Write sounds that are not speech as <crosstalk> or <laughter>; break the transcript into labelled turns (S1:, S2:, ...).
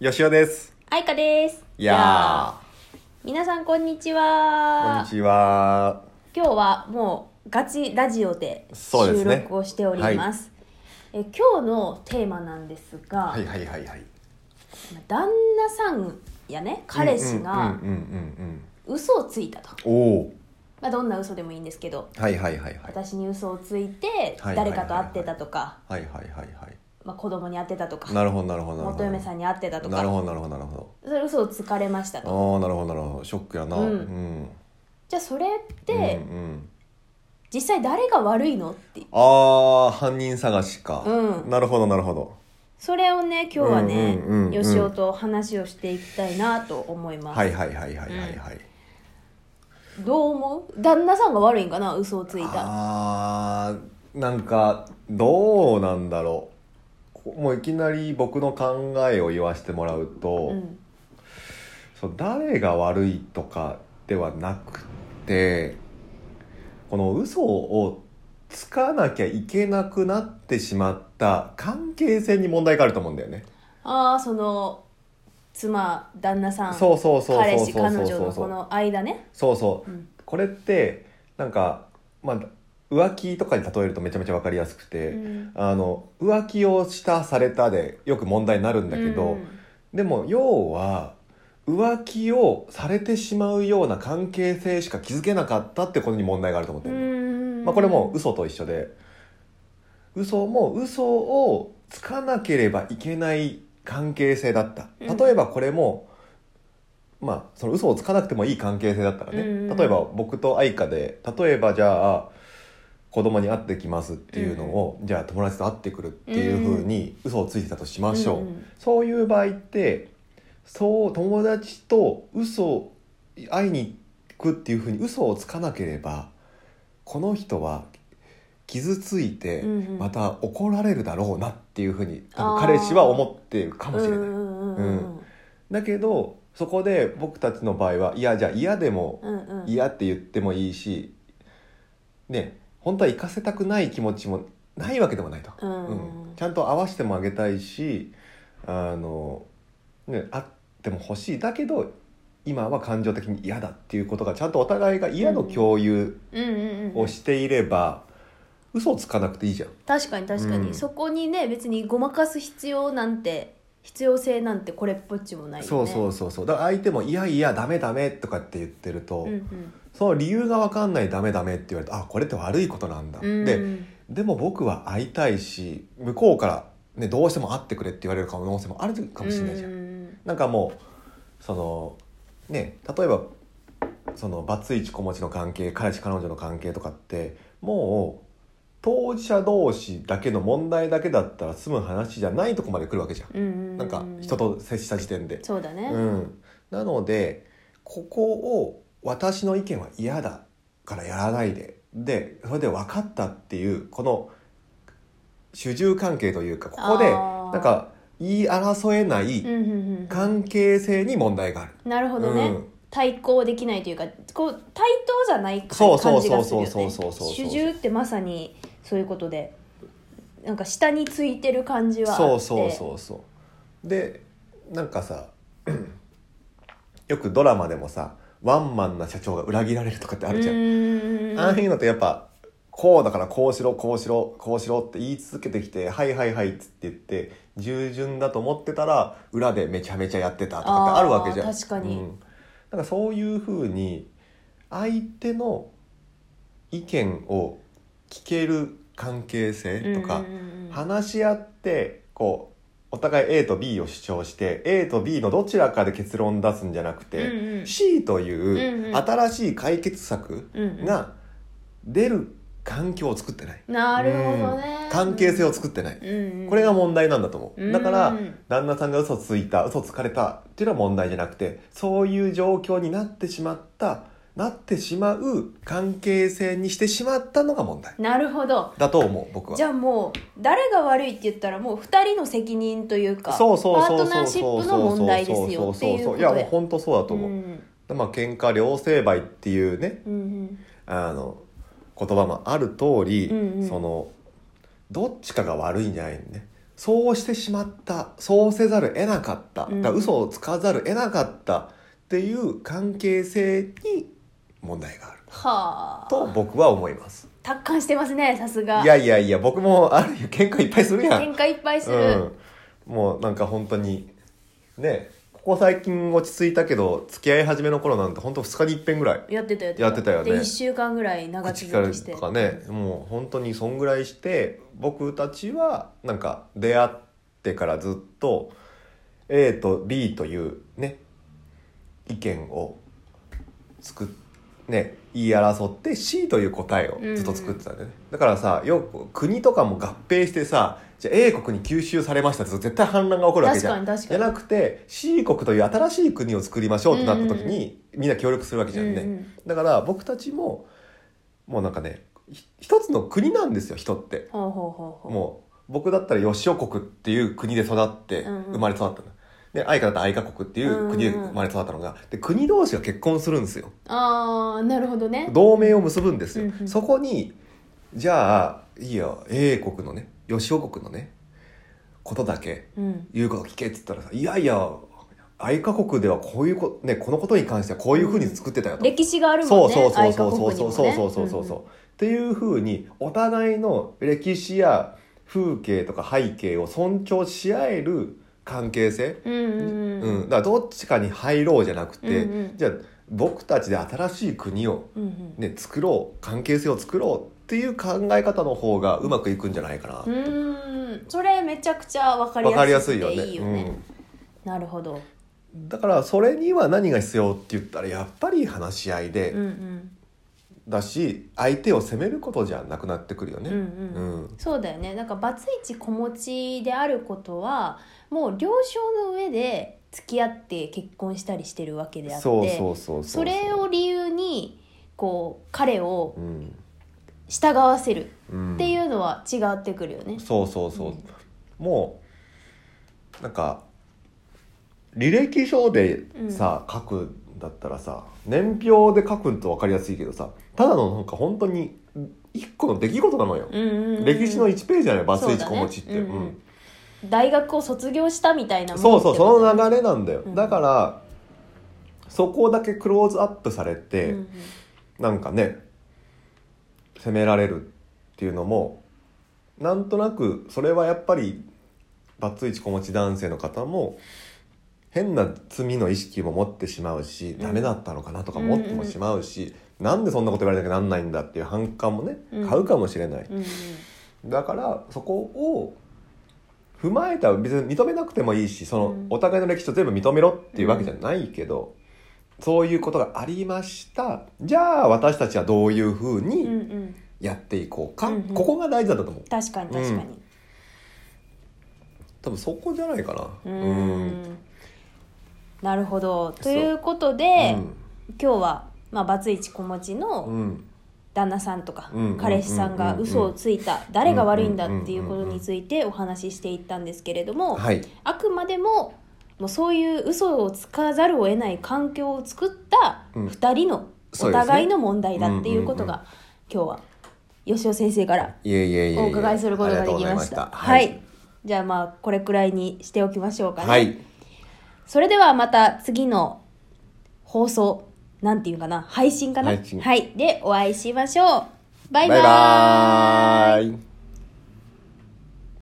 S1: よしおです。
S2: あいかです。
S1: いや
S2: 皆さんこんにち
S1: ー、こん
S2: は
S1: に。ちは。
S2: 今日はもうガチラジオで
S1: そうです
S2: 収
S1: ね
S2: 録をしております。え今日のテーマなんですが、
S1: はいはいはいはい。
S2: 旦那さんやね彼氏が
S1: うんうんうん
S2: 嘘をついたと、
S1: うんうん。おお
S2: まあ、どんな嘘でもいいんですけど
S1: ー。はいはいはいはい。
S2: 私に嘘をついて
S1: はいはいはいはい
S2: 誰かと会ってたとか、
S1: はいはいはいはい。
S2: まあ、子供に会ってたとか
S1: なるほどなるほどなるほ
S2: 元
S1: ど。
S2: 嫁さんに会ってたと
S1: なる
S2: か
S1: ほどなるほどなるほ
S2: それ嘘をつかれましたと
S1: ど。ああなるほどなるほど。ショックやな。う。
S2: うんん
S1: うん、
S2: じゃあそれって、
S1: うんうん、
S2: 実際誰が悪いのっていう
S1: ああ犯人探しか、
S2: うん
S1: なるほどなるほど。
S2: それをね今日は
S1: うんうん
S2: ね、
S1: うんうん
S2: よしおと話をしていきたいなと思います、
S1: はいはいはいはいはいはい。
S2: どう思う旦那さんが悪いんかな嘘をついた
S1: あーなんかどうなんだろうこもういきなり僕の考えを言わせてもらうと、
S2: うん
S1: そう誰が悪いとかではなくてこの嘘をつかなきゃいけなくなってしまった関係性に問題があると思うんだよね。
S2: ああその妻旦那さん
S1: そうそうそう
S2: 彼
S1: そう
S2: 氏
S1: そう
S2: 彼
S1: そう
S2: 女
S1: そ
S2: の
S1: うそ
S2: こ
S1: う
S2: の間ね
S1: そうそう
S2: うん
S1: これってなんかまあ浮気とかに例えるとめちゃめちゃわかりやすくて、
S2: うん
S1: あの浮気をしたされたでよく問題になるんだけど、
S2: うん
S1: でも要は浮気をされてしまうような関係性しか築けなかったってことに問題があると思ってるの、
S2: うん
S1: まあ、これも嘘と一緒で嘘も嘘をつかなければいけない関係性だった
S2: うん
S1: 例えばこれも、まあその嘘をつかなくてもいい関係性だったらね、
S2: うん
S1: 例えば僕と愛花で例えばじゃあ子供に会ってきますっていうのを、じゃあ友達と会ってくるっていうふうに嘘をついてたとしましょう、
S2: うんうん
S1: そういう場合ってそう友達と嘘を会いに行くっていうふうに嘘をつかなければこの人は傷ついて
S2: うんうん
S1: また怒られるだろうなっていうふうに多分
S2: あー
S1: 彼氏は思ってるかもしれない。
S2: うんうんうん
S1: だけどそこで僕たちの場合はいやじゃあ嫌でも
S2: うんうんうん
S1: 嫌って言ってもいいしね本当は行かせたくない気持ちもないわけでもないと。
S2: うん
S1: うん、ちゃんと合わせてもあげたいしあの、ね、あっても欲しいだけど今は感情的に嫌だっていうことがちゃんとお互いが嫌の共有
S2: うんうんう
S1: を
S2: ん
S1: していれば、嘘をつかなくていいじゃん。
S2: 確かに確かに、
S1: うん
S2: そこにね別にごまかす必要なんて必要性なんてこれっぽっちもないよね
S1: そうそううそうそうだから相手も「いやいやダメダメ」とかって言ってると、
S2: んうん
S1: その理由が分かんない「ダメダメ」って言われて「あこれって悪いことなんだ」
S2: うん
S1: ででも僕は会いたいし向こうから、ね、どうしても会ってくれって言われる可能性もあるかもしれないじゃん
S2: う。ん
S1: なんかもうそのね例えばそのバツイチ子持ちの関係彼氏彼女の関係とかってもう当事者同士だけの問題だけだったら済む話じゃないとこまで来るわけじゃん、
S2: うんうん
S1: なんか人と接した時点で、
S2: そうだね、
S1: うん、なのでここを私の意見は嫌だからやらないででそれで分かったっていうこの主従関係というかここで
S2: あー
S1: なんか言い争えない、
S2: うんうんうん
S1: 関係性に問題がある。
S2: なるほどね、
S1: うん
S2: 対抗できないというかこう対等じゃないか
S1: そうそ
S2: 感
S1: う
S2: じ
S1: そう
S2: がする
S1: そ
S2: よ
S1: う
S2: ね
S1: そうそうそう
S2: 主従ってまさにそういうことでなんか下についてる感じはあって
S1: そうそうそうそう。でなんかさ <clears throat> よくドラマでもさワンマンな社長が裏切られるとかってあ
S2: う
S1: るじゃん。
S2: ーん
S1: ああいうのってやっぱこうだからこうしろこうしろこうしろって言い続けてきて「はいはいはい」っつって言って従順だと思ってたら裏でめちゃめちゃやってたとかってあるわけじゃん。
S2: あー確かに
S1: うんなんかそういうふうに相手の意見を聞ける関係性とか、
S2: うんうんうん
S1: 話し合ってこうお互い A と B を主張して A と B のどちらかで結論出すんじゃなくて、
S2: うんうん
S1: C といううん
S2: うん
S1: 新しい解決策
S2: うんうん
S1: が出る環境を作ってない、
S2: なるほどね
S1: うん関係性を作ってない、
S2: うんうんうん
S1: これが問題なんだと思う、
S2: うん
S1: だから旦那さんが嘘ついた嘘つかれたっていうのは問題じゃなくてそういう状況になってしまったなってしまう関係性にしてしまったのが問題
S2: なるほど
S1: だと思う僕は
S2: じゃあもう誰が悪いって言ったらもう二人の責任というか
S1: そうそう
S2: パー
S1: そう
S2: ト
S1: そ
S2: ナ
S1: う
S2: ーシ
S1: そ
S2: ッ
S1: う
S2: プ
S1: そう
S2: の問題で
S1: そう
S2: すよ
S1: そう
S2: っていう
S1: そ
S2: こ
S1: う
S2: と
S1: い
S2: や
S1: やもう本当そうだと思う、
S2: うん
S1: まあ喧嘩両成敗っていうね
S2: うん
S1: あの言葉もある通り、
S2: うんうん
S1: そのどっちかが悪いんじゃないのねそうしてしまったそうせざる得なかった、
S2: うん
S1: だから嘘をつかざる得なかったっていう関係性に問題がある
S2: はあ
S1: と僕は思います
S2: 達観してますねさすが
S1: いやいやいや僕もある意味喧嘩いっぱいするやん
S2: 喧嘩いっぱいする、
S1: うん、もうなんか本当にねここ最近落ち着いたけど付き合い始めの頃なんて本当2日に一遍ぐらい
S2: やってたやってた
S1: やってたよね
S2: で1週間ぐらい長
S1: 口から
S2: 続きして
S1: とかねもう本当にそんぐらいして僕たちはなんか出会ってからずっと A と B というね意見を作っね言い争って C という答えをずっと作ってたんだよね、だからさよく国とかも合併してさじゃあ A 国に吸収されましたって絶対反乱が起こるわけ
S2: 確
S1: じゃ
S2: か
S1: ん
S2: に確
S1: じ
S2: か
S1: ゃ
S2: に
S1: なくて C 国という新しい国を作りましょうってなった時
S2: うんうん
S1: に、みんな協力するわけじゃんね、
S2: うんうん
S1: だから僕たちももうなんかねひ一つの国なんですよ人って
S2: ほうほうほうほう
S1: もう僕だったら吉尾国っていう国で育って
S2: うんうん
S1: 生まれ育ったの、で愛花だったら愛花国っていう国で生まれ育ったのが、で国同士が結婚するんですよ
S2: ああなるほどね
S1: 同盟を結ぶんですよ、
S2: うんうん
S1: そこにじゃあいいよ A 国のね吉尾国のねことだけ
S2: うん
S1: 言うこと聞けって言ったらさ「いやいや愛花国ではこういうこ,、ね、このことに関してはこういうふうに作ってたよ」と。
S2: 歴史がある
S1: そ
S2: もん
S1: う
S2: ね
S1: そうそう
S2: 愛
S1: そ
S2: 華
S1: う
S2: 国に
S1: そうそ
S2: もね
S1: うそうそうそうそう。っていうふうにお互いの歴史や風景とか背景を尊重し合える関係性、
S2: うんう
S1: うん
S2: んうんうん
S1: だからどっちかに入ろうじゃなくて、
S2: うんうん
S1: じゃあ僕たちで新しい国を、
S2: うんうん
S1: ね、作ろう関係性を作ろうっていう考え方の方がうまくいくんじゃないかな。
S2: うーんそれめちゃくちゃ分かり
S1: わかり
S2: や
S1: や
S2: す
S1: す
S2: い
S1: い
S2: よ
S1: よ
S2: ね
S1: ね
S2: いいよね、
S1: うん
S2: なるほど
S1: だからそれには何が必要って言ったらやっぱり話し合いで、
S2: うんうん
S1: だし相手を責めることじゃなくなってくるよね。
S2: うんう
S1: うんん
S2: そうだよねなんかバツイチ子持ちであることはもう了承の上で付き合って結婚したりしてるわけであって
S1: そうそうそうう
S2: それを理由にこう彼を
S1: うん
S2: 従わせる
S1: うん
S2: っていうのは違ってくるよね。
S1: そうそうそう、
S2: うん
S1: もうなんか履歴書でさ、書くんだったらさ年表で書くと分かりやすいけどさただのなんか本当に一個の出来事なのよ、
S2: うんうんうん
S1: 歴史の1ページじゃないバツ
S2: そう
S1: イチ
S2: だ
S1: 子
S2: ね
S1: 持ちって、
S2: うんうん
S1: うん
S2: 大学を卒業したみたいなもん
S1: そう
S2: って
S1: そ
S2: こ
S1: う
S2: と
S1: そ
S2: だ
S1: の
S2: よね
S1: 流れなんだよ、
S2: うん
S1: だからそこだけクローズアップされて、
S2: うんうん
S1: なんかね責められるっていうのもなんとなくそれはやっぱりバツイチ子持ち男性の方も変な罪の意識も持ってしまうし、
S2: ん
S1: ダメだったのかなとか思ってもしまうし、なんでそんなこと言われなきゃなんないんだっていう反感もね
S2: うん
S1: 買うかもしれない、
S2: うんうん
S1: だからそこを踏まえたら別に認めなくてもいいしその、
S2: うん
S1: お互いの歴史を全部認めろっていうわけじゃないけど、そういうことがありましたじゃあ私たちはどういうふう
S2: うん
S1: に
S2: うん
S1: やっていこうか、
S2: うんうん
S1: ここが大事だったと思う
S2: 確かに確かに
S1: 多分そこじゃないかな
S2: うーんなるほどということ
S1: う
S2: で、
S1: ん
S2: 今日は、まあ、バツイチ子持ち
S1: う
S2: の
S1: ん
S2: 旦那さんとか、
S1: うん
S2: 彼氏さんが
S1: うん
S2: 嘘をついた、誰が悪いんだっていうことについてお話ししていったんですけれども、
S1: はい
S2: あくまでももうそういう嘘をつかざるを得ない環境を作った
S1: うん
S2: 2人の
S1: そうですね
S2: お互いの問題だっていうこと
S1: う
S2: が、今日は吉尾先生から
S1: いえいえいえ
S2: お伺いすることがで
S1: ありがとう
S2: き
S1: ござい
S2: ま
S1: ま
S2: し
S1: したた
S2: はい、じゃあまあこれくらいにしておきましょうかね、
S1: はい
S2: それではまた次の放送なんていうかな配信かな
S1: 配信
S2: はいでお会いしましょうバイバ
S1: バイ
S2: ーイ
S1: バーイ